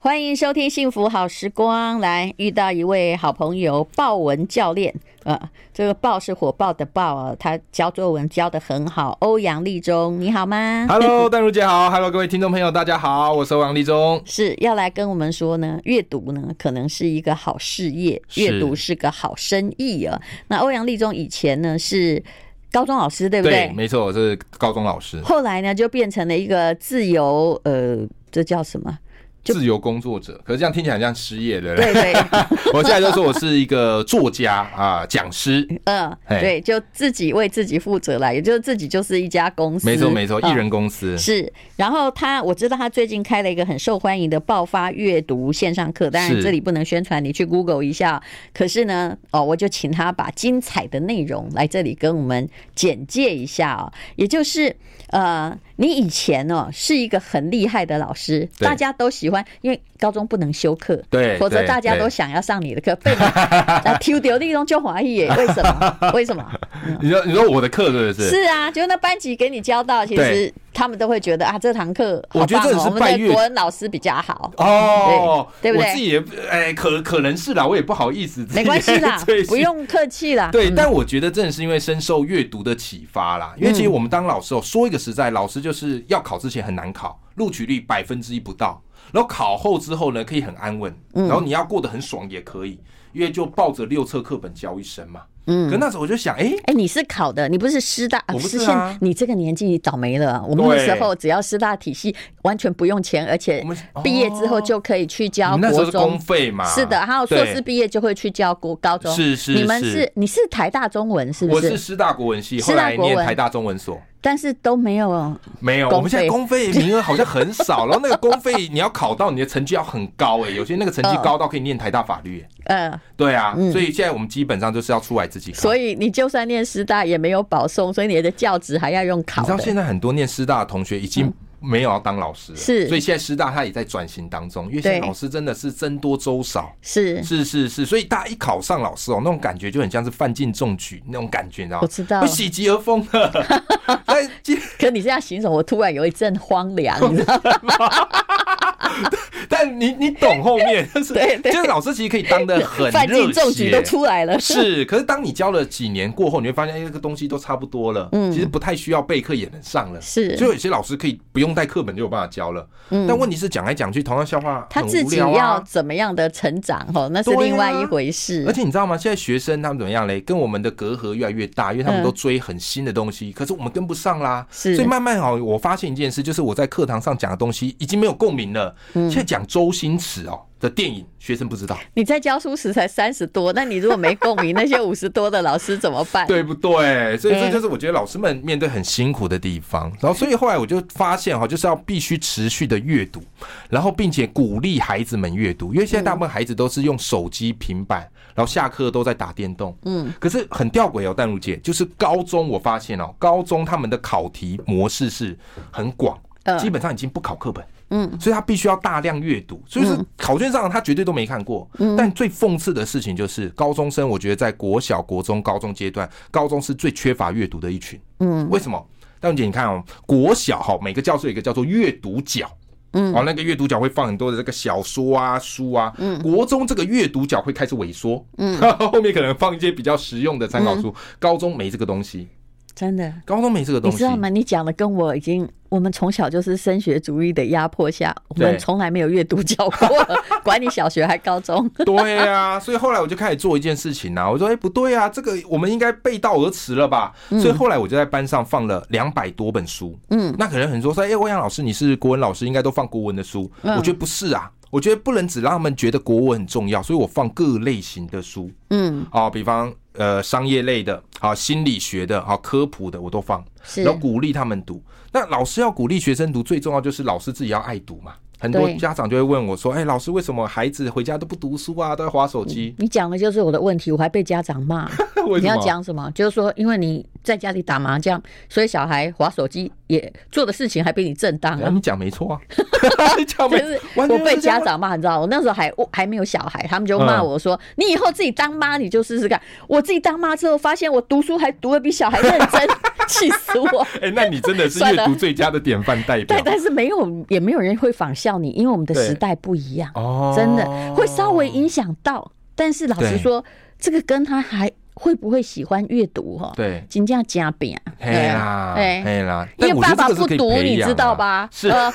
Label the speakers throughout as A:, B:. A: 欢迎收听《幸福好时光》。来，遇到一位好朋友豹文教练，呃，这个“豹”是火爆的“豹”啊，他教作文教的很好。欧阳立中，你好吗？
B: Hello，丹如 姐好，Hello，各位听众朋友，大家好，我是王立忠。
A: 是要来跟我们说呢，阅读呢可能是一个好事业，
B: 是
A: 阅读是个好生意啊。那欧阳立中以前呢是高中老师，对不对？
B: 没错，我是高中老师，
A: 后来呢就变成了一个自由，呃，这叫什么？就
B: 自由工作者。可是这样听起来很像失业的。
A: 对对，
B: 我现在就说我是一个作家啊，讲师。
A: 嗯，
B: 嘿
A: 对，就自己为自己负责啦，也就是自己就是一家公司，
B: 没错没错，
A: 嗯
B: 艺人公司。
A: 是，然后他我知道他最近开了一个很受欢迎的爆发阅读线上课，当然
B: 是
A: 这里不能宣传，你去 Google 一下。可是呢，哦，我就请他把精彩的内容来这里跟我们简介一下啊、也就是呃，你以前哦是一个很厉害的老师，
B: 对
A: 大家都喜欢，因为高中不能休课，
B: 对
A: 否则
B: 对
A: 大家
B: 对
A: 都想要上你的课， 被你啊丢丢那种就怀疑耶，为什么？为什么？
B: 你说你说我的课是不是？
A: 是啊，就那班级给你教到，其实
B: 对
A: 他们都会觉得啊，这堂课好棒哦
B: 我觉得这是
A: 我们
B: 拜
A: 的
B: 月
A: 国文老师比较 好。
B: 哦，
A: 对对不对
B: 我自己也哎，可可能是啦，我也不好意思。
A: 没关系啦
B: 自己在 追，
A: 不用客气啦。
B: 对，
A: 嗯
B: 但我觉得正是因为深受阅读的启发啦，因为其实我们当老师哦，说一个实在，老师就是要考之前很难考，录取率百分之一不到，然后考后之后呢，可以很安稳，
A: 嗯
B: 然后你要过得很爽也可以，因为就抱着六册课本教一生嘛。嗯，可那时候我就想，哎、
A: 哎，你是考的，你不是师大，
B: 我不是啊
A: 现你这个年纪倒霉了。我们那
B: 对
A: 时候只要师大体系完全不用钱，而且
B: 我们
A: 毕业之后
B: 哦
A: 就可以去教
B: 你那时候
A: 国
B: 是
A: 中
B: 公。费嘛？
A: 是的，还有硕士
B: 对。
A: 毕业就会去教国高中。
B: 是是
A: 你们
B: 是
A: 是你是台大中文是不
B: 我
A: 是？
B: 是师大国文系，
A: 师
B: 后
A: 大
B: 来
A: 国文
B: 念台大中文所。
A: 但是都没有
B: 没有，
A: 公费
B: 我们现在公费名额好像很少，然后那个公费你要考到你的成绩要很高哎、有些那个成绩
A: 嗯
B: 高到可以念台大法律、哎
A: 呃，
B: 对啊，
A: 嗯
B: 所以现在我们基本上就是要出来自己考。
A: 所以你就算念师大也没有保送，所以你的教职还要用考
B: 你知
A: 的
B: 道。现在很多念师大的同学已经没有要当老师了，
A: 是
B: 所以现在师大他也在转型当中，因为
A: 对嗯
B: 现在老师真的是僧多粥少。
A: 是
B: 是是是，所以大家一考上老师哦，那种感觉就很像是范进中举那种感觉，你知道
A: 我
B: 吗？
A: 知道
B: 会，喜极而疯的。 但今
A: 可你这样形容，我突然有一阵荒凉，你知道吗？
B: 但你你懂后面，就是
A: 对对
B: 就是老师其实可以当的 很
A: 范进
B: 热
A: 中举都
B: 血。
A: 出来 了，
B: 是，可是当你教了几年过后，你会发现，哎，这个东西都差不多了，
A: 嗯
B: 其实不太需要备课也能上了。
A: 是
B: 所以有些老师可以不用带课本就有办法教了。
A: 嗯
B: 但问题是讲来讲去同样笑话，
A: 他
B: 很
A: 自
B: 无
A: 己
B: 聊
A: 要
B: 啊。
A: 怎么样的成长哦，那是
B: 对啊
A: 另外一回事
B: 而。且你知道吗？现在学生他们怎么样嘞？跟我们的隔阂越来越大，因为他
A: 嗯
B: 们都追很新的东西，可是我们跟不上啦。
A: 是
B: 所以慢慢哦，我发现一件事，就是我在课堂上讲的东西已经没有共鸣了。
A: 嗯
B: 现在讲周星驰哦的电影，学生不知道，
A: 你在教书时才三十多，那你如果没共鸣，那些五十多的老师怎么办？
B: 对不对？所以这
A: 嗯
B: 就是我觉得老师们面对很辛苦的地方。然后，所以后来我就发现哈，就是要必须持续的阅读，然后并且鼓励孩子们阅读，因为现在大部分孩子都是用手机、平板，然后下课都在打电动。嗯，可是很吊诡哦，淡如姐，就是高中我发现哦，高中他们的考题模式是很广
A: 嗯，
B: 基本上已经不考课本。
A: 嗯，
B: 所以他必须要大量阅读，所以是考卷上他绝对都没看过。但最讽刺的事情就是，高中生我觉得在国小、国中、高中阶段，高中是最缺乏阅读的一群。嗯，为什么？大文姐，你看哦，国小哈，每个教室有一个叫做阅读角。嗯，哦，那个阅读角会放很多的这个小说啊、书啊。嗯，国中这个阅读角会开始萎缩。嗯， 后面可能放一些比较实用的参考书。高中没这个东西，
A: 真的，
B: 高中没这个
A: 你
B: 东西。
A: 知道吗？你讲的跟我已经，我们从小就是升学主义的压迫下，我们
B: 对
A: 从来没有阅读教过， 管你小学还高中。
B: 对呀、所以后来我就开始做一件事情啊，我说，哎、不对啊，这个我们应该背道而驰了吧？所以后来我就在班上放了两百多本书。嗯，那可能很多说，哎、欧阳老师你是国文老师，应该都放国文的书。我觉得不是啊，我觉得不能只让他们觉得国文很重要，所以我放各类型的书。
A: 嗯，
B: 好、比方呃商业类的，好、心理学的，好、科普的我都放，
A: 是
B: 然后鼓励他们读。那老师要鼓励学生读，最重要就是老师自己要爱读嘛。很多
A: 对
B: 家长就会问我说：“哎、老师，为什么孩子回家都不读书啊，都在划手机？
A: 你讲的就是我的问题，我还被家长骂。
B: 为
A: 你
B: 什
A: 要
B: 么？”
A: 讲啊什么？就是说，因为你在家里打麻将，所以小孩划手机也做的事情还比你正当
B: 啊
A: 啊。
B: 你讲 没错啊，你讲没啊
A: 就，是
B: 哎完
A: 我
B: 全
A: 被
B: 是这样嗯
A: 家长骂，你知道，我那时候还我还没有小孩，他们就骂我说：“你以后自己当妈，你就试试看。”我自己当妈之后，发现我读书还读的比小孩认真， 气死我！
B: 哎、那你真的是阅读最佳的典范代 表
A: 对，但是没有也没有人会仿效你，因为我们的
B: 啊对
A: 时代不一样，
B: 哦
A: 真的会稍微影响到。但是老实
B: 对
A: 说，这个跟他还会不会喜欢阅读哈？
B: 对。
A: 金价加饼，
B: 嘿啦，
A: 对啊
B: 嘿啦，
A: 因
B: 但
A: 为
B: 我
A: 爸
B: 觉得
A: 爸
B: 这个
A: 不
B: 是可以
A: 读，
B: 培
A: 你
B: 养
A: 知道
B: 啊？
A: 吧？
B: 是
A: 呃，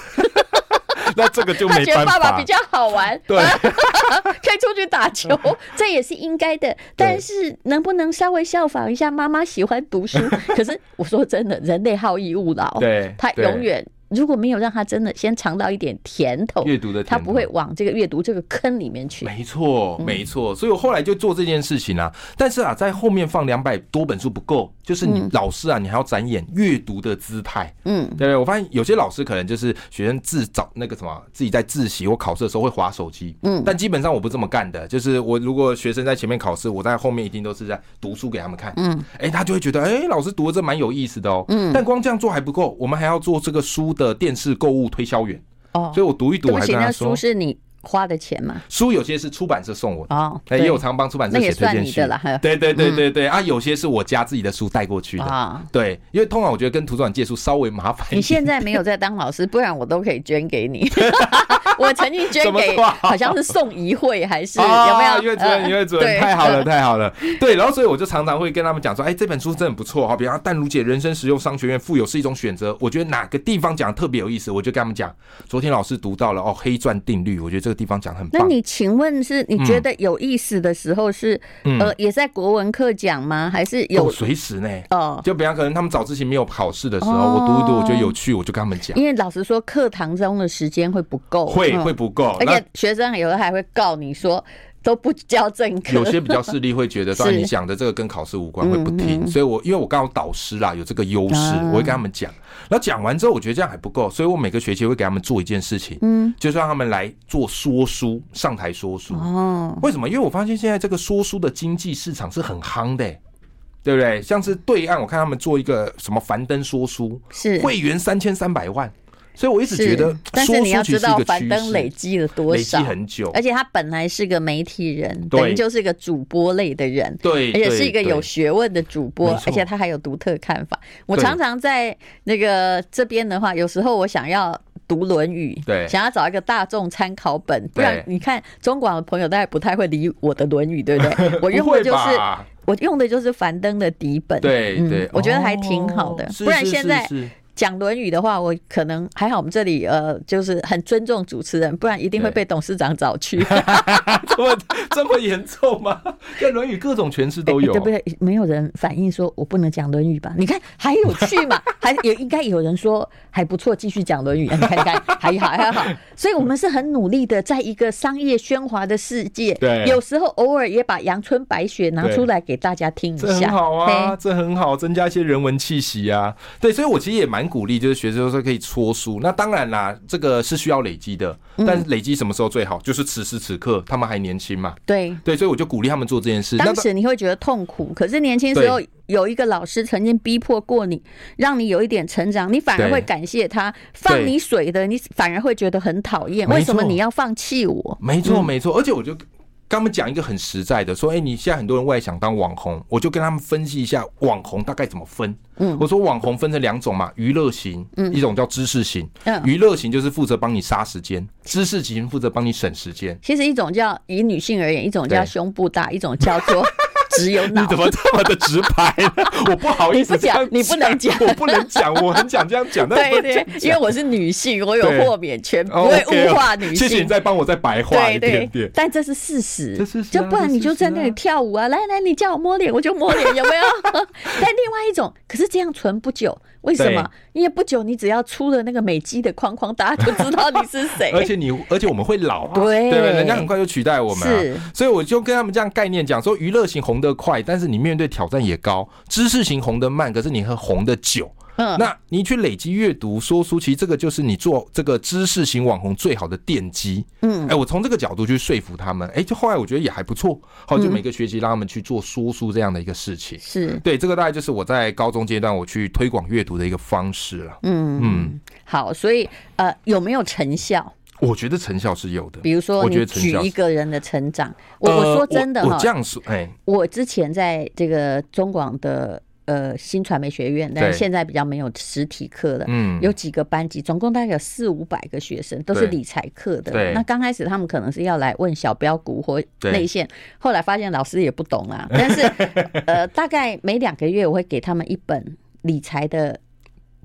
B: 那这个就
A: 他
B: 没
A: 觉得
B: 办
A: 爸爸
B: 法。
A: 比较好玩，呃
B: 对，
A: 可以出去打 球，这也是应该的。但是能不能稍微效仿一下妈妈喜欢读书？ 可是我说真的，人类好逸恶劳，
B: 对
A: 他
B: 对
A: 永远如果没有让他真的先尝到一点甜头，
B: 阅读的
A: 他
B: 甜
A: 不会
B: 头
A: 往这个阅读这个坑里面去。
B: 没错，
A: 嗯
B: 没错，所以我后来就做这件事情啊。但是啊，在后面放两百多本书不够，就是你老师啊，你还要展演阅读的姿态，
A: 嗯
B: 对，不对？我发现有些老师可能就是学生自找那个什么，自己在自习或考试的时候会划手机，
A: 嗯
B: 但基本上我不这么干的，就是我如果学生在前面考试，我在后面一定都是在读书给他们看，
A: 嗯，
B: 哎、他就会觉得，哎、老师读的这蛮有意思的哦，嗯，但光这样做还不够，我们还要做这个书的电视购物推销员，
A: 哦，
B: 所以我读一读，
A: 对
B: 我
A: 不
B: 还
A: 起，
B: 跟他
A: 那
B: 说
A: 书，是你花的钱嘛？
B: 书有些是出版社送我的。
A: 哦，
B: 哎，
A: 对
B: 也有常帮出版社
A: 那也
B: 写推
A: 算
B: 荐
A: 你
B: 序
A: 的嗯啦，还有
B: 对对对对对、啊，有些是我家自己的书带过去的。哎
A: 啊。
B: 对，因为通常我觉得跟图书馆借书稍微麻烦一
A: 你
B: 点。
A: 现在没有在当老师，不然我都可以捐给你。 我曾经捐
B: 怎么
A: 给
B: 说啊
A: 好像是宋怡慧还是有没
B: 啊
A: 有？
B: 因为主任，因为主 任，
A: 对
B: 太好了，
A: 呃
B: 太好了。对，然后所以我就常常会跟他们讲说，哎，这本书真的不错哈，比方《淡如姐人生实用商学院》，富有是一种选择。我觉得哪个地方讲得特别有意思，我就跟他们讲。昨天老师读到了哦，黑钻定律，我觉得这个地方讲得很
A: 那
B: 棒。
A: 你请问是你觉得有意思的时候是、
B: 嗯
A: 呃也在国文课讲吗？还是有
B: 有随时呢，
A: 哦？
B: 就比方可能他们早自习没有考试的时候，
A: 哦
B: 我读一读，我觉得有趣，我就跟他们讲，
A: 因为老实说，课堂中的时间会不够，
B: 会
A: 嗯
B: 会不够。
A: 而
B: 那
A: 且学生有的还会告你说都不教正课，
B: 有些比较势力会觉得，
A: 是嗯
B: 当然你讲的这个跟考试无关，会不听。所以我因为我刚好导师啦，有这个优势
A: 啊，
B: 我会跟他们讲。然后讲完之后，我觉得这样还不够，所以我每个学期会给他们做一件事情，
A: 嗯，
B: 就是让他们来做说书，上台说书。
A: 哦，
B: 为什么？因为我发现现在这个说书的经济市场是很夯的、欸对不对？像是对岸，我看他们做一个什么樊登说书，
A: 是
B: 会员三千三百万，所以我一直
A: 是
B: 觉得
A: 但
B: 说
A: 是
B: 书
A: 你要
B: 其实
A: 知
B: 是一
A: 道
B: 个
A: 樊
B: 趋
A: 登累
B: 势，
A: 积了多
B: 累积
A: 少，
B: 很久
A: 而，且他本来是个媒体人，
B: 对
A: 等于就是个主播类的人。而
B: 对，
A: 且是一个
B: 对
A: 有学问的主播
B: 没，错
A: 而且他还有独特看法。我
B: 对
A: 常常在那个这边的话，有时候我想要读《论语》，
B: 对
A: 想要找一个大众参考本，不然
B: 对
A: 你看中广的朋友大概不太会理我的《论语》，对不 对？我用
B: 不
A: 的
B: 会
A: 就是
B: 吧
A: 我用的就是樊登的底本，嗯
B: 对对、
A: 我觉得还挺好的
B: 哦。是
A: 不然
B: 是
A: 现
B: 是
A: 在
B: 是
A: 讲《论语》的话，我可能还好，我们这里呃就是很尊重主持人，不然一定会
B: 对
A: 被董事长找去。
B: 这么这么严重吗？ 在《论语》各种诠释 都有，
A: 哎 对不对？没有人反映说我不能讲《论语》吧？你看还有趣嘛？还也应该有人说还不错，继续讲《论语》。 你看，你看，还好还好。所以我们是很努力的，在一个商业喧哗的世界，
B: 对
A: 有时候偶尔也把阳春白雪拿出来给大家听一
B: 这很
A: 下，
B: 好啊，
A: 嘿。
B: 这很好，增加一些人文气息啊。对，所以我其实也蛮鼓励，就是学生说可以戳书。那当然啦，这个是需要累积的，
A: 嗯
B: 但是累积什么时候最好？就是此时此刻，他们还年轻嘛。
A: 对，
B: 对，所以我就鼓励他们做这件事。那
A: 当时你会觉得痛苦，可是年轻时候有一个老师曾经逼迫过你，让你有一点成长，你反而
B: 对
A: 会感谢他。放你水的，你反而会觉得很讨厌，
B: 没错
A: 为什么你要放弃我？
B: 没错，没错，而且我就。跟他们讲一个很实在的，说，哎、你现在很多人未来想当网红，我就跟他们分析一下网红大概怎么分。
A: 嗯
B: 我说网红分成两种嘛，娱乐型，一种叫知识型。
A: 嗯
B: 娱乐型就是负责帮你杀时间，知识型负责帮你省时间。
A: 其实一种叫以女性而言，一种叫
B: 对
A: 胸部大，一种叫做 只有
B: 你
A: 脑
B: 怎。么这么的直白 呢？我不好意思
A: 你不讲
B: 这样
A: 你不能讲
B: 我不能讲，我很想这样讲，但
A: 对
B: 我不能
A: 对
B: 这，样
A: 因为
B: 讲。
A: 我是女性，我有
B: 对
A: 豁免权，不
B: 哦
A: 会
B: OK，
A: 物化女性。
B: 谢谢你再帮我再白话
A: 对
B: 一
A: 对
B: 点点。
A: 但这是事实，
B: 这是事实
A: 就
B: 啊
A: 不然你就在那里
B: 这是事实啊
A: 跳舞啊，来来，你叫我摸脸，我就摸脸，有 没有？但另外一种，可是这样存不久，为什么？因为不久你只要出了那个美肌的框框，大家就知道你是谁。
B: 而且你，而且我们会老啊，
A: 对
B: 对不对？人家很快就取代我们、
A: 是
B: 啊，所以我就跟他们这样概念讲说，娱乐型红得快，但是你面对挑战也高；知识型红得慢，可是你和红得久。
A: 嗯
B: 那你去累积阅读说书，其实这个就是你做这个知识型网红最好的奠基。
A: 嗯
B: 哎、我从这个角度去说服他们，哎、就后来我觉得也还不错。好，就每个学期让他们去做说书这样的一个事情。
A: 是，
B: 对，这个大概就是我在高中阶段我去推广阅读的一个方式了。
A: 嗯
B: 嗯，
A: 好，所以呃，有没有成效？
B: 我觉得成效是有的。
A: 比如说，
B: 我
A: 你
B: 觉得成
A: 举
B: 效
A: 一
B: 是
A: 个人的成长，我我
B: 呃
A: 说真的
B: 我
A: 哈
B: 我这，样说，哎、
A: 我之前在这个中广的呃新传媒学院，但
B: 对
A: 是现在比较没有实体课了。
B: 嗯，
A: 有几个班级，总共大概有四五百个学生，都是
B: 对
A: 理财课的
B: 对。
A: 那刚开始他们可能是要来问小标股或
B: 对
A: 内线，后来发现老师也不懂啊。 但是呃，大概每两个月我会给他们一本理财的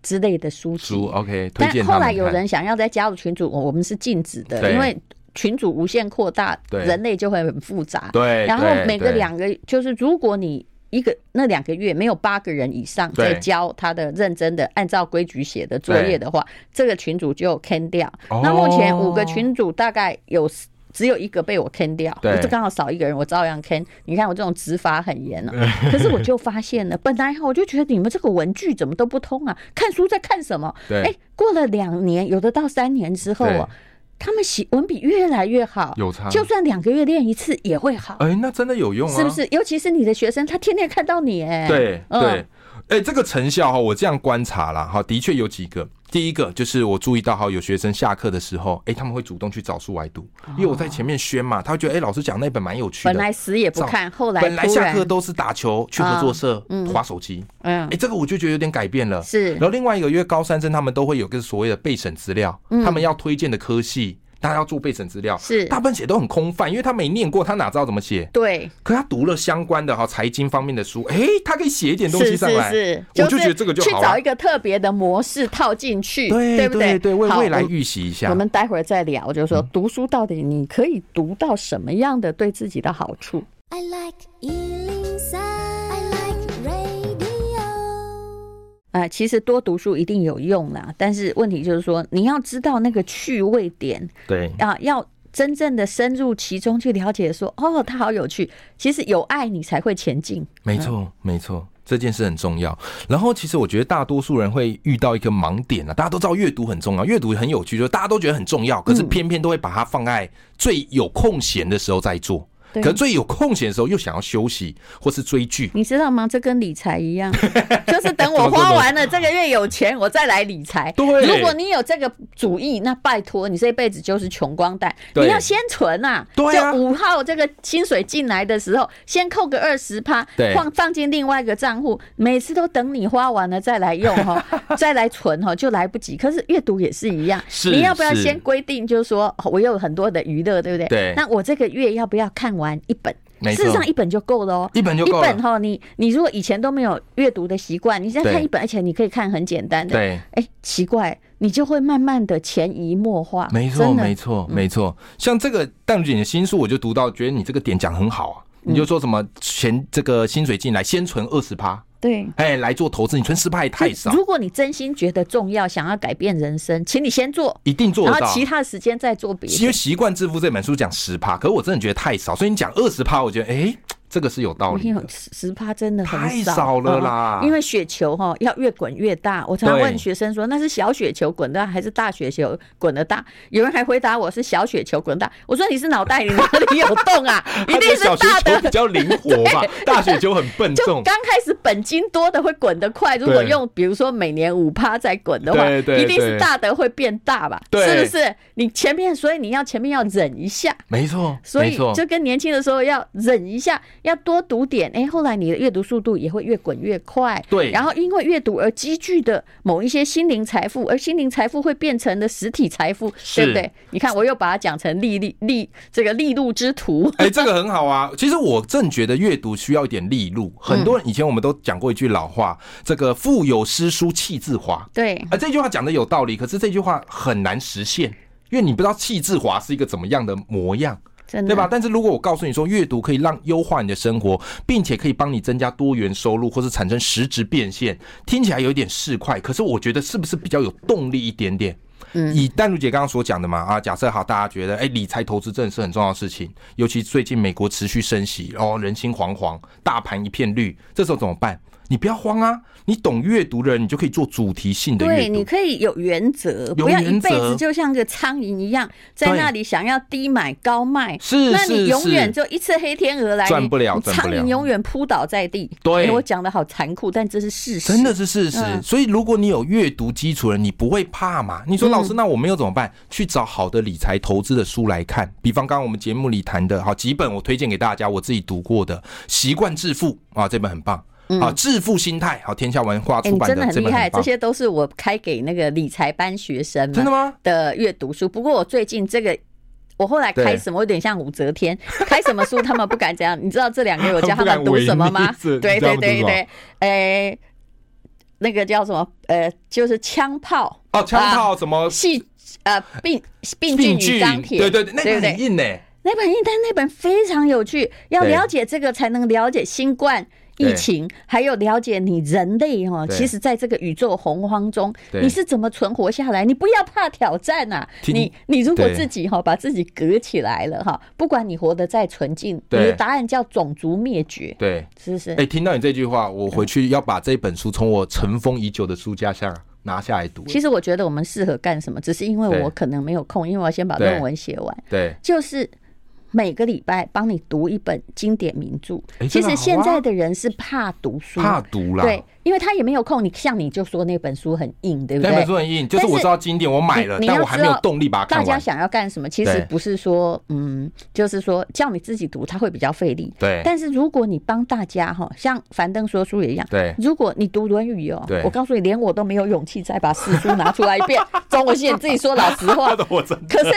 A: 之类的书籍。
B: 书 OK 推
A: 但
B: 荐他
A: 后来
B: 们看。
A: 有人想要再加入群组，哦我我们是禁止的，
B: 对
A: 因为群组无限扩大，
B: 对
A: 人类就会很复杂。
B: 对，
A: 然后
B: 对
A: 每个
B: 对
A: 两个，就是如果你一个那两个月没有八个人以上
B: 对
A: 在交他的认真的按照规矩写的作业的话，这个群主就 can 掉。
B: 哦
A: 那目前五个群主大概有四。只有一个被我 can 掉，
B: 对
A: 我就刚好少一个人，我照样 can。你看我这种执法很严哦、可是我就发现了，本来哈我就觉得你们这个文具怎么都不通啊，看书在看什么？
B: 对
A: 哎、过了两年，有的到三年之后哦
B: 对，
A: 他们写文笔越来越好，
B: 有差，
A: 就算两个月练一次也会好，
B: 哎，那真的有用啊，
A: 是不？是？尤其是你的学生，他天天看到你，哎，
B: 对
A: 嗯
B: 对，哎，这个成效哈，我这样观察啦哈，的确有几个。第一个就是我注意到哈，有学生下课的时候，哎，他们会主动去找书来读，因为我在前面宣嘛，他会觉得哎，老师讲那本蛮有趣
A: 哦本
B: 的。
A: 来死也不看，后来
B: 本来
A: 突
B: 下
A: 然
B: 课，都是打球、去合作社、划手机，
A: 嗯
B: 哎，，这个我就觉得有点改变了。
A: 是
B: 然，后另外一个，因为高三生他们都会有个所谓的备审资料，他们要推荐的科系，大家要做备审资料。
A: 嗯是
B: 大部分写都很空泛，因为他没念过，他哪知道怎么写？
A: 对，
B: 可他读了相关的哈财经方面的书，诶，他可以写一点东西
A: 是
B: 上
A: 是
B: 来，
A: 是，
B: 我
A: 是
B: 就觉得这个就
A: 去
B: 好
A: 找
B: 了
A: 一。个特别的模式套进去，
B: 对
A: 不
B: 对为
A: 好
B: 未来
A: 我
B: 预嗯习一下。
A: 我们待会儿再聊，就是说读书到底你可以读到什么样的对自己的好处？
C: I like Ealing Sound. I like radio.
A: 啊，其实多读书一定有用啦，但是问题就是说，你要知道那个趣味点，
B: 对
A: 啊，要真正的深入其中去了解说，哦，它好有趣。其实有爱你才会前进。
B: 没
A: 嗯
B: 错，没错，这件事很重要。然后，其实我觉得大多数人会遇到一个盲点啊，大家都知道阅读很重要，阅读很有趣，就是大家都觉得很重
A: 嗯
B: 要，可是偏偏都会把它放在最有空闲的时候再做。
A: 对
B: 可能最有空闲的时候又想要休息或是追剧，
A: 你知道吗？这跟理财一 样，就是等我
B: 怎么这么
A: 花完了这个月有钱，我再来理财。
B: 对
A: 如果你有这个主意，那拜托你这辈子就是穷光蛋。
B: 对
A: 你要先存啊，
B: 对啊
A: 就五号这个薪水进来的时候，先扣个二十趴
B: 对，
A: 放放进另外一个账户，每次都等你花完了再来用哈， 再来存哈，就来不及。可是阅读也是一样，
B: 是
A: 你要不要
B: 是
A: 先规定，就是说哦我有很多的娱乐，对不对？
B: 对
A: 那我这个月要不要看完一本？
B: 没错
A: 事实上一本就够了哦。
B: 一本就
A: 一
B: 够
A: 本
B: 了。
A: 哈，你你如果以前都没有阅读的习惯，你现在看
B: 对
A: 一本，而且你可以看很简单的，
B: 对，
A: 哎，奇怪，你就会慢慢的潜移默化，
B: 没错，
A: 真的嗯
B: 没错，没错。像这个蛋姐的新书，我就读到，觉得你这个点讲很好啊。
A: 嗯
B: 你就说什么钱这个薪水进来，先存二十趴，
A: 对。
B: 哎，来做投资，你存十趴也太
A: 就
B: 少，
A: 如果你真心觉得重要，想要改变人生，请你先做，
B: 一定做
A: 然
B: 得到
A: 后。其他的时间再做别
B: 因为
A: 的。
B: 《习惯致富》这本书讲十趴，可是我真的觉得太少，所以你讲二十趴，我觉得哎、这个是有道
A: 没
B: 理
A: 有
B: 的。
A: 十十趴真的很
B: 太少了啦
A: 嗯因为雪球哈要越滚越大。我常常
B: 对
A: 问学生说，那是小雪球滚的大还是大雪球滚的大？有人还回答我是小雪球滚大。我说你是脑袋里哪里有洞 啊？一定是大
B: 它的小雪
A: 的
B: 球比较灵活 嘛，大雪球很笨
A: 就
B: 重。
A: 刚开始本金多的会滚得快，如果
B: 对
A: 用比如说每年五趴再滚的话，
B: 对对
A: 一定是
B: 对
A: 大的会变大吧？
B: 对
A: 是不是？你前面所以你要前面要忍一下，
B: 没错，
A: 所
B: 没
A: 以
B: 错
A: 就跟年轻的时候要忍一下，要多读点，哎，后来你的阅读速度也会越滚越快。
B: 对
A: 然后因为阅读而积聚的某一些心灵财富，而心灵财富会变成的实体财富，对不对？你看，我又把它讲成利利利这个利路之徒。
B: 哎、这个很好啊！其实我正觉得阅读需要一点利禄。很多
A: 嗯
B: 人以前我们都讲过一句老话，这个“腹有诗书气自华”。
A: 对，
B: 啊，这句话讲的有道理，可是这句话很难实现，因为你不知道气自华是一个怎么样的模样，
A: 真的
B: 对吧？？但是如果我告诉你说，阅读可以让优化你的生活，并且可以帮你增加多元收入，或是产生实质变现，听起来有一点市侩，可是我觉得是不是比较有动力一点点？
A: 嗯
B: 以淡如姐刚刚所讲的嘛，啊，假设好，大家觉得，哎、理财投资真的是很重要的事情，尤其最近美国持续升息，哦，人心惶惶，大盘一片绿，这时候怎么办？你不要慌啊，你懂阅读的人，你就可以做主题性的阅读。
A: 对，你可以有原则，
B: 有
A: 不要一
B: 原则
A: 辈子就像个苍蝇一样，在
B: 对
A: 那里想要低买高卖。
B: 是
A: 那你
B: 是
A: 永远
B: 是
A: 就一次黑天鹅来，
B: 赚
A: 你
B: 不了
A: 你
B: 赚不
A: 苍
B: 了
A: 蝇永远扑倒在地。
B: 对
A: 哎我讲的好残酷，但这是事实。
B: 真的是事实。
A: 嗯
B: 所以，如果你有阅读基础了，你不会怕嘛？你
A: 嗯
B: 说老师，那我没有怎么办？去找好的理财投资的书来看，比方刚刚我们节目里谈的，好几本我推荐给大家，我自己读过的《习惯致富》啊，这本很棒。啊，致富心态，好，天下文化
A: 嗯哎，
B: 出
A: 你
B: 版
A: 真的
B: 的
A: 很
B: 这
A: 厉
B: 本
A: 害，
B: 很
A: 这
B: 棒。
A: 些都是我开给那个理财班学生啊
B: 真的
A: 们
B: 吗？
A: 的阅读书。不过我最近这个。我后来开
B: 对
A: 什么有点像武则天， 开什么书他们不敢怎样，你知道这两 个我叫他
B: 他们不敢
A: 们读什么吗？
B: 违
A: 对对
B: 逆你知道他们读
A: 对
B: 什么
A: 对，哎，那个叫什么？呃，就是枪炮
B: 哦，枪
A: 啊
B: 炮什么
A: 细呃病病菌与钢铁，
B: 对对对，那
A: 对不
B: 个
A: 对
B: 很？硬呢。
A: 那本一但那本非常有趣，要
B: 对
A: 了解这个才能了解新冠疫情，还有了解你人类哈，
B: 对
A: 其实在这个宇宙洪荒中，
B: 对
A: 你是怎么存活下来？你不要怕挑战啊！
B: 听
A: 你你如果
B: 对
A: 自己哈哦把自己隔起来了哈，不管你活得再纯净，你
B: 对
A: 的答案叫种族灭绝，
B: 对，
A: 是不是
B: 哎、？听到你这句话，我回去要把这本书从我尘封已久的书架下拿下来读。
A: 其实我觉得我们适合干什么，只是因为
B: 对
A: 我可能没有空，因为我要先把
B: 对
A: 论文写完。
B: 对，
A: 就是每个礼拜帮你读一本经典名著。
B: 诶
A: 其
B: 真
A: 实
B: 的好
A: 现
B: 啊
A: 在的人是怕读书，
B: 怕读啦。
A: 对，，因为他也没有空。你像你就说那本书很硬，对不
B: 那
A: 对
B: 本？书很硬，就是
A: 但是
B: 我知道经典，我买了
A: 你，你
B: 但
A: 要
B: 我还没
A: 知
B: 有
A: 道
B: 动力把它
A: 大
B: 看
A: 家
B: 完。
A: 想要干什么？其实
B: 对
A: 不是说，嗯，就是说叫你自己读，他会比较费力。
B: 对
A: 但是如果你帮大家哈，像樊登说书也一样，
B: 对
A: 如果你读《论语》哦
B: 对，
A: 我告诉你，连我都没有勇气再把史书拿出来一 遍。中文系你自己说老实话，
B: 我真
A: 可 是，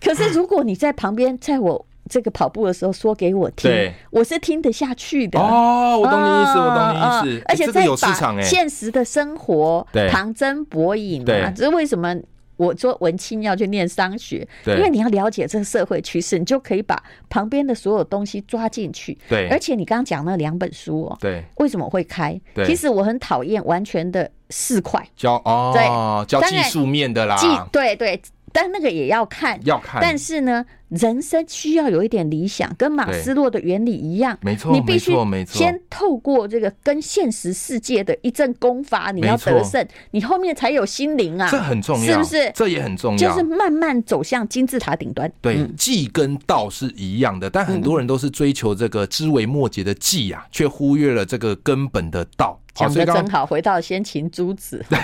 A: 可是如果你在旁边，在我这个跑步的时候说给我听
B: 对，
A: 我是听得下去的。
B: 哦，我懂你意思，我
A: 啊
B: 懂你意
A: 啊
B: 思。
A: 而且
B: 这个
A: 再
B: 有市场
A: 把
B: 哎、
A: 现实的生活
B: 对
A: 旁征博引啊，
B: 对
A: 这是为什么？我说文青要去念商学，因
B: 对
A: 为你要了解这个社会趋势，你就可以把旁边的所有东西抓进去。
B: 对
A: 而且你刚刚讲那两本书哦，
B: 对，
A: 为什么我会开？
B: 对
A: 其实我很讨厌完全的市侩，
B: 教哦，教
A: 当
B: 技
A: 然
B: 术面的啦，
A: 既对对，但那个也要看，
B: 要看，
A: 但是呢，人生需要有一点理想，跟马斯洛的原理一样，
B: 没错
A: 你必须
B: 没错没错
A: 先透过这个跟现实世界的一阵攻伐，你要
B: 没错
A: 得胜，你后面才有心灵啊，
B: 这很重要，
A: 是不是？
B: 这也很重要，
A: 就是慢慢走向金字塔顶端。嗯
B: 对，技跟道是一样的，但很多人都是追求这个枝微末节的技啊，却忽略了这个根本的道。
A: 讲
B: 所
A: 的
B: 以刚
A: 真好，回到先秦诸子，
B: 刚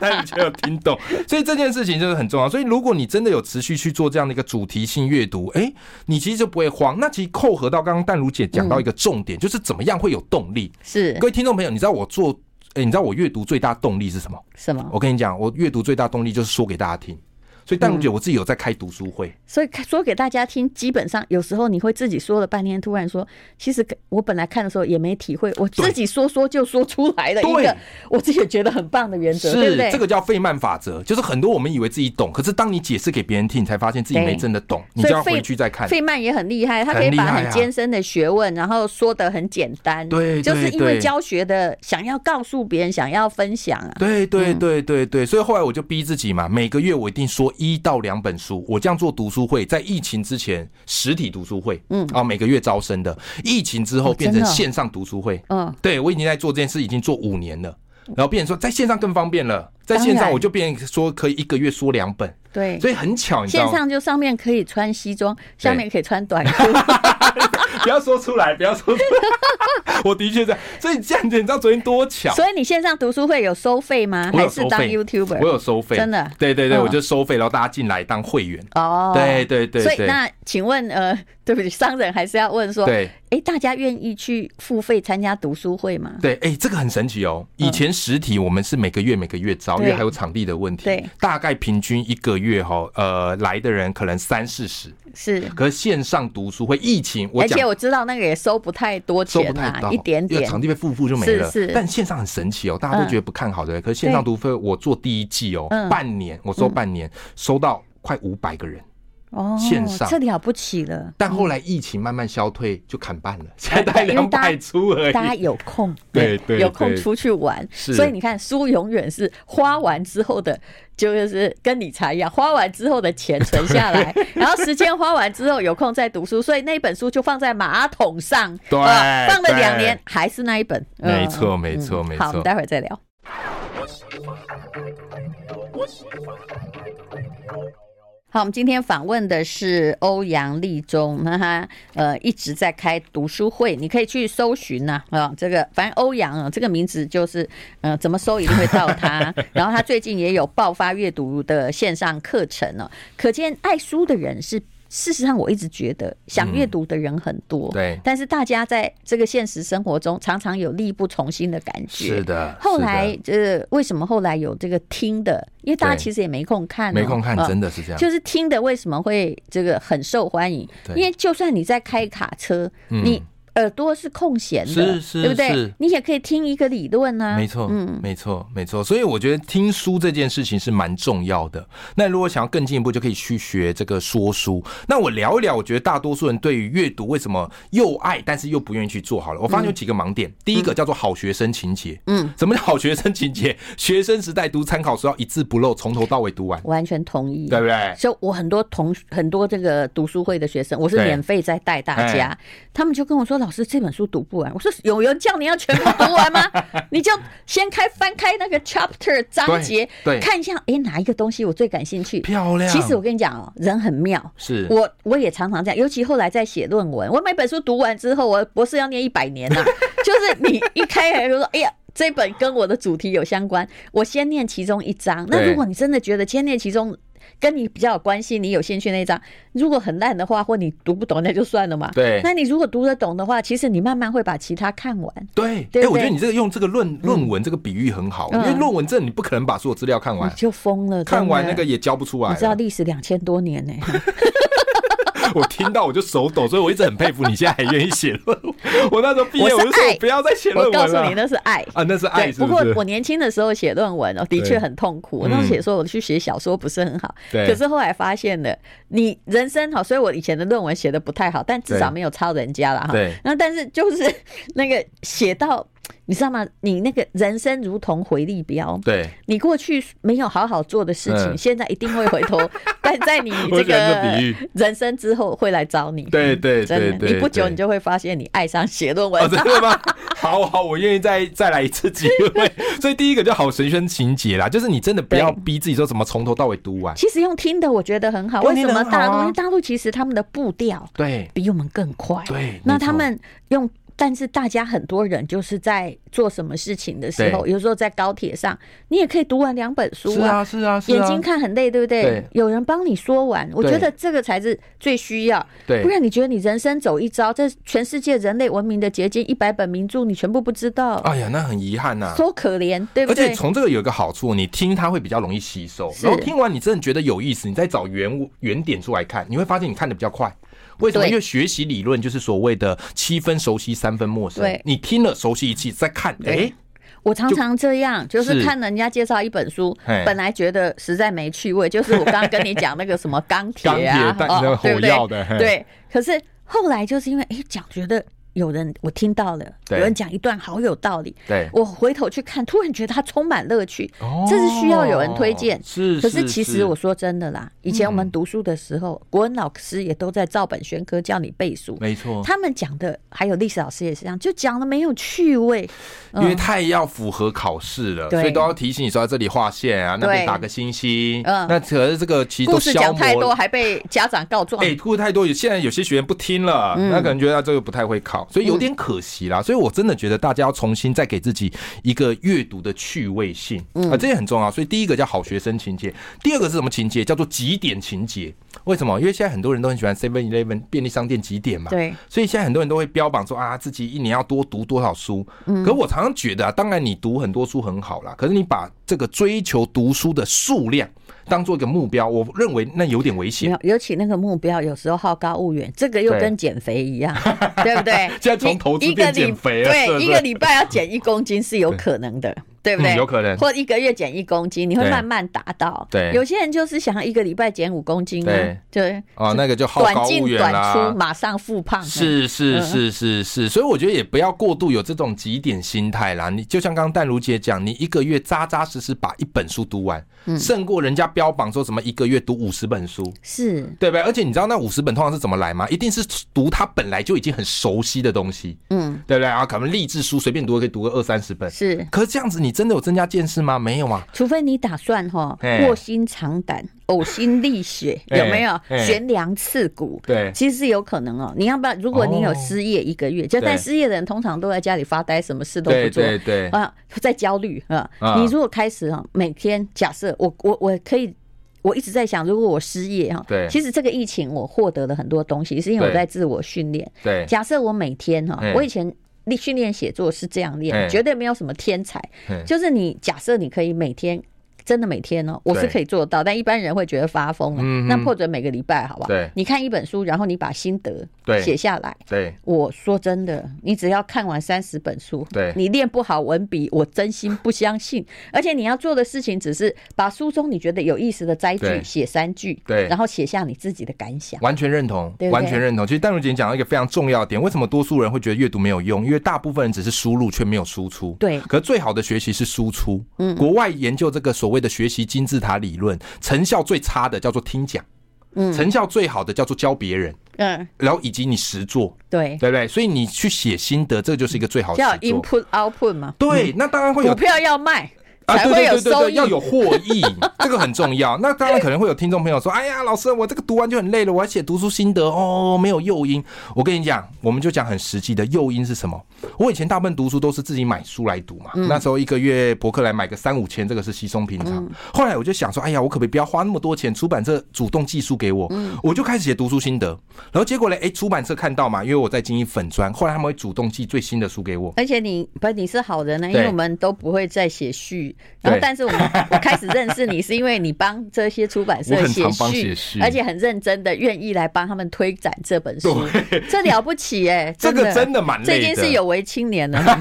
B: 但你没有听懂， 所以这件事情就是很重要。所以如果你真的有持续去做这样的一个主题性阅读，哎、你其实就不会慌。那其实扣合到刚刚淡如姐讲到一个重
A: 嗯
B: 点，就是怎么样会有动力。
A: 是
B: 各位听众朋友，你知道我做，哎、你知道我阅读最大动力是什么？
A: 什么？
B: 我跟你讲，我阅读最大动力就是说给大家听。所以淡如
A: 嗯
B: 姐，我自己有在开读书会，
A: 所以说给大家听，基本上有时候你会自己说了半天，突然说，其实我本来看的时候也没体会，我自己说说就说出来了一个
B: 对
A: 我自己也觉得很棒的原则，
B: 是
A: 对不对？
B: 这个叫费曼法则，就是很多我们以为自己懂，可是当你解释给别人听，你才发现自己
A: 对
B: 没真的懂，你
A: 所
B: 就
A: 以
B: 要
A: 费
B: 回去再看。
A: 费曼也很厉害，他可以
B: 很厉
A: 把
B: 害
A: 很
B: 啊
A: 艰深的学问，然后说的很简单。
B: 对
A: 就是
B: 对
A: 因为
B: 对
A: 教学的想要告诉别人，想要分享啊。
B: 对对对对对，所以后来我就逼自己嘛，每个月我一定说一到两本书。我这样做读书会，在疫情之前实体读书会，嗯啊，每个月招生的，疫情之后
A: 哦真
B: 变
A: 的
B: 成
A: 哦
B: 线上读书会。
A: 嗯，
B: 对我已经在做这件事，已经做五年了。然后变成说，在线上更方便了，在
A: 当
B: 线上
A: 然
B: 我就变成说可以一个月说两本，
A: 对。
B: 所以很巧，你知道
A: 线
B: 吗？
A: 上就上面可以穿西装，下面可以穿短 裤。
B: 不要说出来，不要说出 来。我的确在，所以这样子，你知道昨天多巧。
A: 所以你线上读书会有收费吗？
B: 我
A: 还
B: 有
A: 是
B: 收
A: 当
B: 费，
A: YouTuber？
B: 我有收费，
A: 真的
B: 对对对，
A: 嗯
B: 我就收费，然后大家进来当会员。
A: 哦。
B: 对对对
A: 所以
B: 对
A: 那请问呃，对不起，商人还是要问说，
B: 对
A: 哎，大家愿意去付费参加读书会吗？
B: 对，哎，这个很神奇哦。以前实体我们是每个月每个月招，因
A: 嗯对
B: 为还有场地的问题。
A: 对，
B: 大概平均一个月哈，呃，来的人可能三四十。
A: 是。
B: 可是线上读书会，疫情我
A: 而
B: 讲
A: 且我知道那个也收不太多
B: 收不
A: 钱
B: 太
A: 啊
B: 到，，
A: 一点
B: 因为
A: 点。
B: 场地费付付就没了。
A: 是是
B: 但线上很神奇哦，大家都觉得不看好的，可是线上读费我做第一季哦，
A: 嗯
B: 半年我收半年，收到快五百个人。
A: 哦，
B: 线上
A: 这了不起了，
B: 但后来疫情慢慢消退，就砍半 了，现在大概
A: 嗯哎因为
B: 两
A: 大家
B: 百出而
A: 大家
B: 已。
A: 有空，
B: 对对
A: 有空
B: 对
A: 出去玩，
B: 是
A: 所以你看书永远是花完之后的，就是跟理财一样，花完之后的钱存下 来，然后时间花完之后有空再读书，所以那本书就放在马桶上，
B: 对
A: 呃放了两
B: 对
A: 年还是那一本，呃
B: 没错，没错，没
A: 好，我们
B: 错。
A: 待会儿再聊。好，我们今天访问的是欧阳立中，那他呃一直在开读书会，你可以去搜寻呐啊、这个反正欧阳啊、这个名字就是呃怎么搜一定会到他， 然后他最近也有爆发阅读的线上课程哦，可见爱书的人是。事实上，我一直觉得想阅读的人很多，
B: 嗯对
A: 但是大家在这个现实生活中常常有力不从心的感觉。
B: 是的。
A: 后
B: 是的
A: 来呃，为什么后来有这个听的？因为大家
B: 对
A: 其实也没空看哦、
B: 没空看，
A: 呃
B: 真的是这样。
A: 就是听的为什么会这个很受欢迎？
B: 对
A: 因为就算你在开卡车，
B: 嗯
A: 你耳朵是空闲的，
B: 是是
A: 对不对
B: 是？
A: 你也可以听一个理论啊，
B: 没错，没错，没错。所以我觉得听书这件事情是蛮重要的。那如果想要更进一步，就可以去学这个说书。那我聊一聊，我觉得大多数人对于阅读为什么又爱，但是又不愿意去做好了。我发现有几个盲点，第一个叫做好学生情节。
A: 嗯，
B: 什么叫好学生情节？学生时代读参考书要一字不漏，从头到尾读完，
A: 完全同意。
B: 对不对？
A: 所以我很多同很多这个读书会的学生，我是
B: 对哎
A: 免费在带大家，他们就跟我说：“老师，这本书读不完。”我说：“有人叫你要全部读 完吗？你就先开翻开那个 chapter 章节，
B: 对对
A: 看一下，诶，哪一个东西我最感兴趣？
B: 漂亮。
A: 其实我跟你讲哦，人很妙。
B: 是
A: 我我也常常这样，尤其后来在写论文，我每本书读完之后，我博士要念一百年呐、 就是你一开来就说，哎呀。这本跟我的主题有相关，我先念其中一章。那
B: 对
A: 如果你真的觉得先念其中跟你比较有关系，你有兴趣那一章，如果很烂的话，或你读不懂，那就算了嘛。
B: 对
A: 那你如果读得懂的话，其实你慢慢会把其他看完。
B: 对，
A: 对
B: 哎，
A: 不
B: 我觉
A: 对
B: 得你这个用这个论论文这个比喻很好，因
A: 嗯
B: 为论文这你不可能把所有资料看
A: 你
B: 完，
A: 就疯了，
B: 看完
A: 真
B: 那
A: 的
B: 个也教不出来
A: 你知道
B: 了。
A: 历史两千多年呢、
B: 我听到我就手抖，所以我一直很佩服你现在还愿意写论文。我那时候毕业
A: 我
B: 我
A: 是
B: 就说
A: 爱
B: 我不要再写
A: 我
B: 论
A: 告
B: 文
A: 诉你，
B: 了
A: 那是爱。
B: 啊，那是爱
A: 对，
B: 是
A: 不
B: 不
A: 过
B: 是
A: 我？年轻的时候写论文哦，的确
B: 对嗯
A: 很痛苦。我那时候写说我去学小说不是很好，
B: 对
A: 可是后来发现了，你人生好，所以我以前的论文写的不太好，但至少
B: 对
A: 没有抄人家了哈。
B: 对
A: 那但是就是那个写到，你知道吗？你那个人生如同回力镖。
B: 对，
A: 你过去没有好好做的事情，
B: 嗯
A: 现在一定会回 头，但在你
B: 我
A: 这
B: 喜欢这
A: 个
B: 比喻
A: 人生之后会来找你。
B: 对对
A: 真的，
B: 对对
A: 你不久
B: 对
A: 你就会发现你爱上写论文
B: 哦，。真的吗？ 好好，我愿意再再来一次机会。 所以第一个就好神仙情节啦，就是你真的不要逼自己说什么从头到尾读完。
A: 其实用听的我觉得很好，
B: 用
A: 为
B: 听
A: 什
B: 的
A: 么
B: 很好
A: 大陆？
B: 啊
A: 因为大陆其实他们的步调
B: 对
A: 比我们更快，
B: 对，
A: 那
B: 没错
A: 他们用。但是大家很多人就是在做什么事情的时候，
B: 对
A: 有时候在高铁上，你也可以读完两本书
B: 是
A: 啊，
B: 啊是啊是啊，
A: 眼睛看很累，对不对？
B: 对
A: 有人帮你说完，我
B: 对
A: 觉得这个才是最需要。
B: 对
A: 不然你觉得你人生走一遭，这全世界人类文明的结晶，一百本名著你全部不知道，
B: 哎呀，那很遗憾呐、
A: 多可怜，对不
B: 而且
A: 对？
B: 从这个有一个好处，你听它会比较容易吸收，
A: 是
B: 然后听完你真的觉得有意思，你再找原原点出来看，你会发现你看的比较快。为什么？
A: 对
B: 因为学习理论就是所谓的七分熟悉，三分陌生
A: 对。
B: 你听了熟悉一次，再看，哎、
A: 对我常常这样，就是
B: 是
A: 看人家介绍一本书
B: 嘿，
A: 本来觉得实在没趣味， 就是我刚刚跟你讲那个什么钢铁啊
B: 钢，铁但是
A: 对不对
B: 火药的嘿
A: 对。可是后来就是因为哎讲，觉得有人我听到了，有
B: 对
A: 人讲一段好有道理，
B: 对，
A: 我回头去看，突然觉得它充满乐趣，这是需要有人推荐
B: 哦。是，嗯
A: 可是其实我说真的啦，以前我们读书的时候，国文老师也都在照本宣科叫你背书，
B: 没错，
A: 他们讲的还有历史老师也是这样，就讲的没有趣味，
B: 因为太要符合考试
A: 嗯
B: 了，
A: 对
B: 所以都要提醒你说在这里划线啊，那
A: 对
B: 边打个星星。
A: 嗯
B: 那可是这个其实
A: 故
B: 都
A: 事
B: 消
A: 讲
B: 磨
A: 太多，还被家长告状。
B: 哎、欸，过太多，现在有些学员不听了，那可能觉得这个不太会考，所以有点可惜啦。所以我真的觉得大家要重新再给自己一个阅读的趣味性啊、这也很重要。所以第一个叫好学生情节，第二个是什么情节？叫做几点情节。为什么？因为现在很多人都很喜欢 Seven Eleven 便利商店几点嘛，
A: 对，
B: 所以现在很多人都会标榜说啊，自己一年要多读多少书。可我常常觉得啊，当然你读很多书很好啦，可是你把这个追求读书的数量当做一个目标，我认为那有点危
A: 没
B: 险
A: 有。，尤其那个目标有时候好高骛远，这个又
B: 对
A: 跟减肥一 样，对不对？
B: 现在从投资
A: 一一个
B: 变
A: 礼
B: 减肥了啊是不
A: 对，
B: 是
A: 一个礼拜要减一公斤是有可能的，对不对？
B: 嗯有可能
A: 或一个月减一公斤，你会
B: 对
A: 慢慢达到。
B: 对
A: 有些人就是想要一个礼拜减五公斤啊
B: 对，
A: 对，
B: 哦，那个就好
A: 短
B: 高骛
A: 进
B: 远
A: 短出，嗯
B: 啦。
A: 马上复胖。
B: 是是是是是，所以我觉得也不要过度有这种极点心态啦。你就像刚刚淡如姐讲，你一个月扎扎实实把一本书读完，
A: 嗯
B: 胜过人家标榜说什么一个月读五十本书，
A: 是，
B: 对不对？而且你知道那五十本通常是怎么来吗？一定是读他本来就已经很熟悉的东西，
A: 嗯，
B: 对不对啊？可能励志书随便读可以读个二三十本，
A: 是。
B: 可是这样子你真的有增加见识吗？没有啊嘛，
A: 除非你打算哈
B: 嘿
A: 卧薪尝胆、呕心沥血，
B: 嘿
A: 有没有
B: 嘿
A: 悬梁刺股？
B: 对
A: 其实是有可能哦。你要不然，如果你有
B: 哦
A: 失业一个月，就但
B: 对
A: 失业的人通常都在家里发呆，什么事都不
B: 对
A: 做。呃
B: 对对，
A: 啊，在焦虑啊！
B: 啊
A: 哦你如果开始啊，每天假设我我我可以我一直在想，如果我失业哈，
B: 对
A: 其实这个疫情我获得了很多东西，是因为我
B: 对
A: 在自我训练。
B: 对
A: 假设我每天哈
B: 嗯，
A: 我以前练训练写作是这样练，
B: 嗯
A: 绝对没有什么天才
B: 嗯，
A: 就是你假设你可以每天。真的每天哦，我是
B: 对
A: 可以做到，但一般人会觉得发疯了。
B: 嗯哼
A: 那或者每个礼拜，好不好？
B: 对
A: 你看一本书，然后你把心得
B: 对
A: 写下来。
B: 对
A: 我说真的，你只要看完三十本书，
B: 对
A: 你练不好文笔，我真心不相 信。而且你要做的事情只是把书中你觉得有意思的摘句
B: 对
A: 写三句，
B: 对
A: 然后写下你自己的感想。
B: 完全认同，
A: 对不对
B: 完全认同。其实戴茹姐讲到一个非常重要的点，为什么多数人会觉得阅读没有用？因为大部分人只是输入却没有输出。
A: 对
B: 可最好的学习是输出。嗯，国外研究这个所谓的学习金字塔理论，成效最差的叫做听讲，
A: 嗯
B: 成效最好的叫做教别人，
A: 嗯，
B: 然后以及你实做，
A: 对，
B: 对不对？所以你去写心得，这就是一个最好的
A: 叫
B: 实作。
A: input 嗯 output 嘛，
B: 对，那当然会有
A: 股票要卖
B: 啊，
A: 才
B: 对
A: 会
B: 对
A: 有
B: 对对
A: 收
B: 对，
A: 益
B: 要。有获益， 这个很重要。那当然可能会有听众朋友说：“哎呀，老师，我这个读完就很累了，我要写读书心得哦，没有诱因。”我跟你讲，我们就讲很实际的诱因是什么？我以前大部分读书都是自己买书来读嘛，
A: 嗯
B: 那时候一个月博客来买个三五千，这个是稀松平
A: 嗯
B: 常。后来我就想说：“哎呀，我可不可以不要花那么多钱？出版社主动寄书给我，
A: 嗯
B: 我就开始写读书心得。然后结果呢，哎，出版社看到嘛，因为我在经营粉砖，后来他们会主动寄最新的书给我。”
A: 而且你不，你是好人呢、啊因
B: 对
A: 为我们都不会再写序。然后，
B: 对
A: 但是我们我开始认识你，是因为你帮这些出版社
B: 我很
A: 写
B: 常帮
A: 序，
B: 写序
A: 而且很认真的愿意来帮他们推展这本书，这了不起哎、
B: 这个真
A: 的
B: 的蛮累的，
A: 这已经是有为青年了。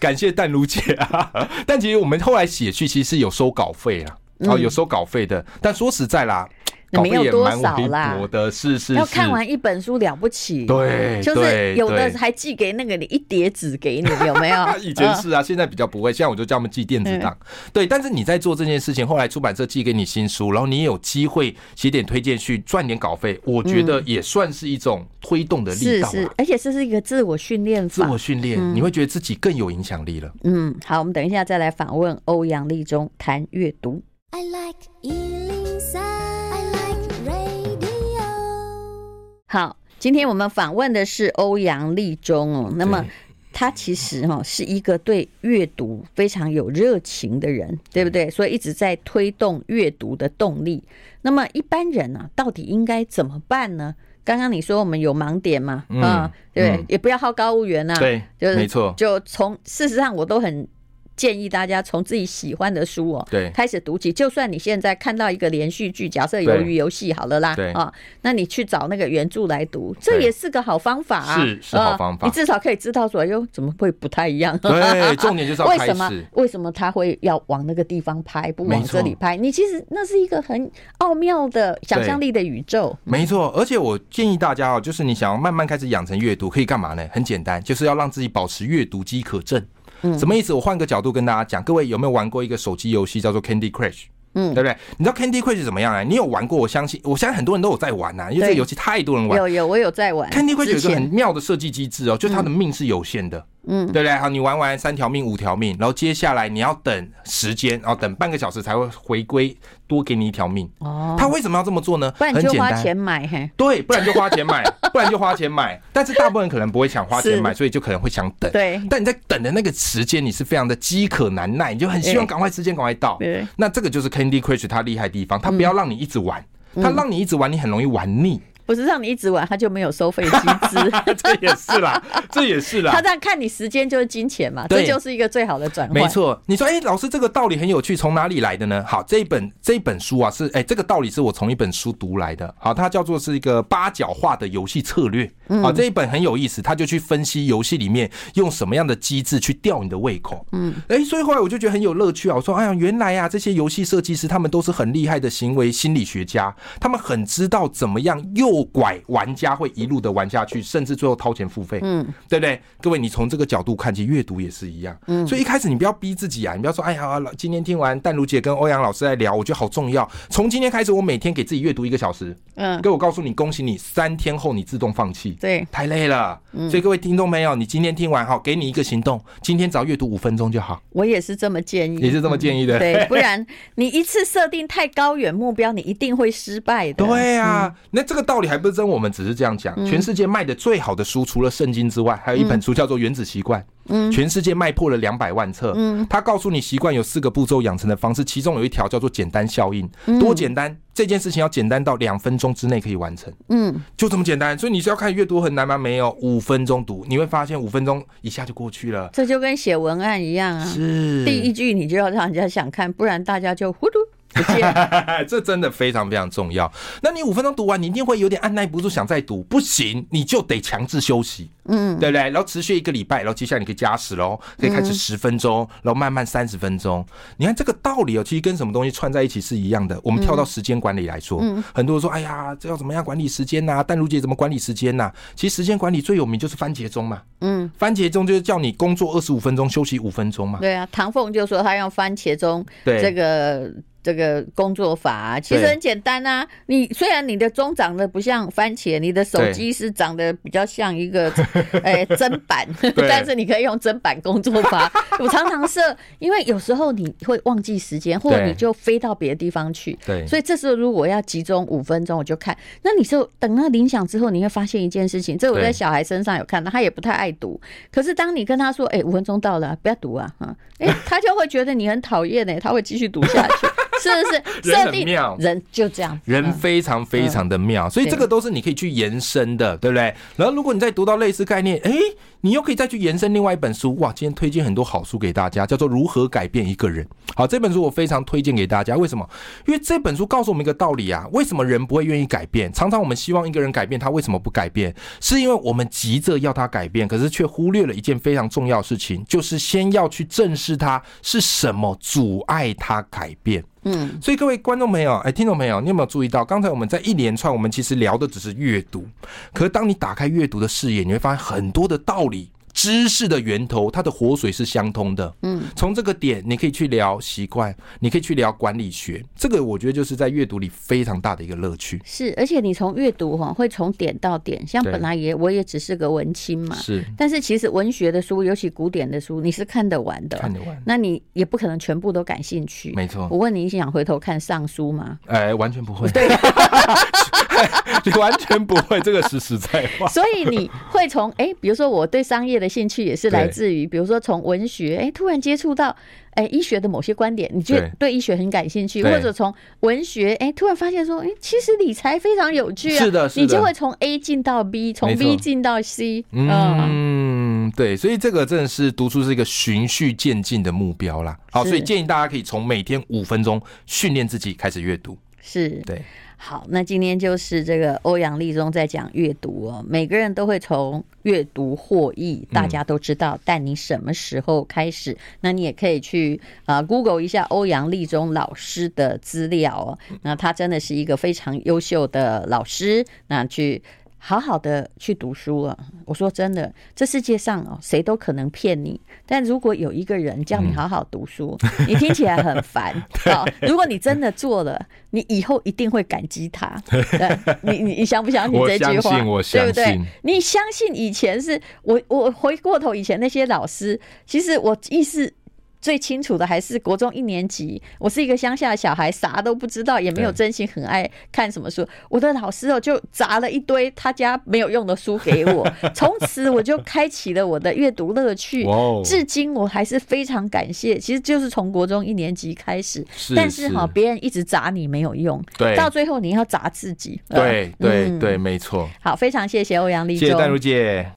B: 感谢淡如姐啊！ 但其实我们后来写去，其实是有收稿费啦，哦，有收稿费的。但说实在啦，稿
A: 没
B: 费
A: 嗯有
B: 也
A: 多
B: 蛮
A: 少
B: 微
A: 啦
B: 薄的，是 是
A: 要
B: 是。
A: 看完一本书了不起，
B: 对
A: 就是
B: 对
A: 有的
B: 对？
A: 还寄给那个你一叠纸给你，有没有
B: 以前
A: 嗯
B: 是啊，现在比较不会。现在我就叫他们寄电子档。对，但是你在做这件事情，后来出版社寄给你新书，然后你也有机会写点推荐去赚点稿费，我觉得也算是一种推动的力
A: 是
B: 道
A: 嗯是嗯
B: 啦，。
A: 而且这是一个自我训练
B: 啊自
A: 法
B: 我。训练，你会觉得自己更有影响力了。
A: 嗯，好，我们等一下再来访问欧阳立中谈阅读。
C: I like Ealing Sound. I like radio.
A: 好，今天我们访问的是欧阳立中哦。那么他其实哈、哦、是一个对阅读非常有热情的人，对不对？所以一直在推动阅读的动力。那么一般人啊，到底应该怎么办呢？刚刚你说我们有盲点嘛，
B: 嗯
A: 啊，对不对
B: 嗯
A: 也不要好高骛远呐、啊，
B: 对
A: 就是
B: 没错
A: 就从事实上我都很。建议大家从自己喜欢的书哦，
B: 对
A: 开始读起。就算你现在看到一个连续剧，假设《鱿鱼游戏》好了啦，
B: 对
A: 啊，那你去找那个原著来读，这也是个好方法啊，
B: 是是好方
A: 啊
B: 法
A: 你至少可以知道说，哎呦，怎么会不太一 样？
B: 对，重点就是要
A: 为
B: 开
A: 什么
B: 始。
A: 为什么他会要往那个地方拍，不往
B: 没错
A: 这里拍？你其实那是一个很奥妙的想象力的宇宙。
B: 没错，而且我建议大家哦，就是你想要慢慢开始养成阅读，可以干嘛呢？很简单，就是要让自己保持阅读饥渴症。
A: 嗯
B: 什么意思？我换个角度跟大家讲，各位有没有玩过一个手机游戏叫做 Candy Crush？
A: 嗯
B: 对不对？你知道 Candy Crush 怎么样啊？你有玩过？我相信，我相信很多人都有在玩呐、啊因为这个
A: 对
B: 游戏太多人玩。
A: 有有，我有在玩。
B: Candy Crush 有
A: 之
B: 一个很
A: 前
B: 妙的设计机制哦，就是它的命是有限的，嗯，对不对？好，你玩完三条命、五条命，然后接下来你要等时间，然后等半个小时才会回归，多给你一条命。
A: 哦，
B: 他为什么要这么做呢？
A: 不然你
B: 很
A: 就
B: 简
A: 花
B: 单。
A: 钱买嘿。
B: 对，不然就花 钱买，不然就花钱买。但是大部分人可能不会想花钱买，所以就可能会想等。
A: 对
B: 但你在等的那个时间，你是非常的饥渴难耐，你就很希望赶快时间赶快到。
A: 对嗯
B: 那这个就是 Candy Crush 它厉害的地方，它不要让你一直玩，它让你一直玩，你很容易玩 腻。
A: 不是让你一直玩，他就没有收费机制。
B: 这也是啦，这也是
A: 他
B: 啦
A: 这。样看你时间就是金钱嘛，这
B: 啊对
A: 就是一个最好的转换。
B: 没错，你说，哎、老师，这个道理很有趣，从哪里来的呢？好，这一本这一本书啊，是哎、这个道理是我从一本书读来的。好，它叫做是一个八角化的游戏策略。
A: 嗯
B: 好，这一本很有意思，他就去分析游戏里面用什么样的机制去吊你的胃口。嗯，哎、所以后来我就觉得很有乐趣啊。我说，哎呀，原来啊，这些游戏设计师他们都是很厉害的行为心理学家，他们很知道怎么样诱拐玩家会一路的玩下去，甚至最后掏钱付费。嗯，对不对？各位，你从这个角度看，其实阅读也是一样。嗯，所以一开始你不要逼自己啊，你不要说，哎呀，老今天听完淡如姐跟欧阳老师在聊，我觉得好重要。从今天开始，我每天给自己阅读一个小时。
A: 嗯，
B: 各位，我告诉你，恭喜你，三天后你自动放弃。
A: 对，
B: 太累了，所以各位听众朋友，你今天听完哈，给你一个行动，今天只要阅读五分钟就好，
A: 我也是这么建议。
B: 也是这么建议
A: 嗯
B: 的。
A: 对，不然你一次设定太高远目标，你一定会失败的。
B: 对啊，嗯那这个道理还不是真，我们只是这样讲。全世界卖的最好的书，除了圣经之外，还有一本书叫做《原子习惯》。嗯，全世界卖破了两百万册，嗯，他告诉你习惯有四个步骤养成的方式，其中有一条叫做简单效应，多简单，这件事情要简单到两分钟之内可以完成，
A: 嗯，
B: 就这么简单。所以你是要看阅读很难吗？没有，五分钟读，你会发现五分钟一下就过去了。
A: 这就跟写文案一样啊。
B: 是
A: 第一句你就要让人家想看，不然大家就呼噜不见。
B: 这真的非常非常重要。那你五分钟读完，你一定会有点按耐不住想再读，不行，你就得强制休息，嗯，对不对？然后持续一个礼拜，然后接下来你可以加时喽，可以开始十分钟，然后慢慢三十分钟。你看这个道理哦，其实跟什么东西串在一起是一样的。我们跳到时间管理来说，很多人说，哎呀，这要怎么样管理时间呐、但如姐怎么管理时间呐、其实时间管理最有名就是番茄钟嘛，嗯，番茄钟就是叫你工作二十五分钟，休息五分钟嘛，
A: 对啊，唐凤就说他用番茄钟
B: 对
A: 这个这个工作法、其实
B: 对
A: 很简单啊。你虽然你的钟长得不像番茄，你的手机是长得比较像一 个哎砧板，
B: 对
A: 但是你可以用砧板工作 法。我常常设，因为有时候你会忘记时间，或者
B: 对
A: 你就飞到别的地方去。
B: 对
A: 所以这时候如果要集中五分钟，我就看。那你就等那铃响之后，你会发现一件事情，这我在
B: 对
A: 小孩身上有看到，他也不太爱读。可是当你跟他说：“哎、五分钟到了，不要读啊！”哈，哎、他就会觉得你很讨厌欸呢，他会继续读下 去，是不是？
B: 人
A: 设
B: 很
A: 定
B: 妙
A: 人就这样，
B: 人
A: 嗯
B: 非常非常的妙，所以这个都是你可以去延伸的，对不对？然后如果你再读到类似概念，诶，你又可以再去延伸另外一本书。哇，今天推荐很多好书给大家，叫做《如何改变一个人》。好，这本书我非常推荐给大家，为什么？因为这本书告诉我们一个道理啊，为什么人不会愿意改变？常常我们希望一个人改变，他为什么不改变？是因为我们急着要他改变，可是却忽略了一件非常重要的事情，就是先要去正视他是什么阻碍他改变。
A: 嗯，
B: 所以各位观众朋友，哎，听众朋友，你有没有注意到，刚才我们在一连串，我们其实聊的只是阅读，可是当你打开阅读的视野，你会发现很多的道理。知识的源头，它的活水是相通的。嗯，从这个点，你可以去聊习惯，你可以去聊管理学，这个我觉得就是在阅读里非常大的一个乐趣。
A: 是。而且你从阅读哈，会从点到点，像
B: 对
A: 本来也我也只是个文青嘛，
B: 是
A: 但是其实文学的书，尤其古典的书，你是看得完的，
B: 看得完，
A: 那你也不可能全部都感兴趣。
B: 没错
A: 我问你，你想回头看尚书吗？
B: 哎，完全不会，对， 你完全不会，这个是实在 话。
A: 所以你会从哎、诶比如说我对商业的兴趣也是来自于，比如说从文学，哎、突然接触到哎、诶医学的某些观点，你就
B: 对
A: 对医学很感兴趣，
B: 对
A: 或者从文学，哎、突然发现说，哎、其实理财非常有趣啊，
B: 是的是的
A: 你就会从 A 进到 B，从
B: 没错
A: B 进到 C，嗯，
B: 嗯，对，所以这个真的是读书是一个循序渐进的目标啦。好，
A: 是
B: 所以建议大家可以从每天五分钟训练自己开始阅读。
A: 是。
B: 对，
A: 好，那今天就是这个欧阳立中在讲阅读哦，每个人都会从阅读获益，大家都知道，但你什么时候开始？那你也可以去啊、呃 Google 一下欧阳立中老师的资料哦，那他真的是一个非常优秀的老师，那去。好好的去读书啊！我说真的，这世界上哦，谁都可能骗你。但如果有一个人叫你好好读 书，你听起来很烦哦。如果你真的做了，你以后一定会感激他。对你你你相不相信
B: 我
A: 这句
B: 相
A: 话？
B: 信我相信
A: 对不对？你相信以前是我我回过头以前那些老师，其实我意识最清楚的还是国中一年级，我是一个乡下的小孩，啥都不知道，也没有
B: 对
A: 真心很爱看什么书。我的老师哦，就砸了一堆他家没有用的书给 我，从此我就开启了我的阅读乐趣
B: 哇哦。
A: 至今我还是非常感谢，其实就是从国中一年级开始，
B: 是
A: 但是哈，
B: 是
A: 别人一直砸你没有用，
B: 对
A: 到最后你要砸自己。呃
B: 对对
A: 嗯
B: 对，没错。
A: 好，非常谢谢欧阳立
B: 谢
A: 中。
B: 谢淡如姐。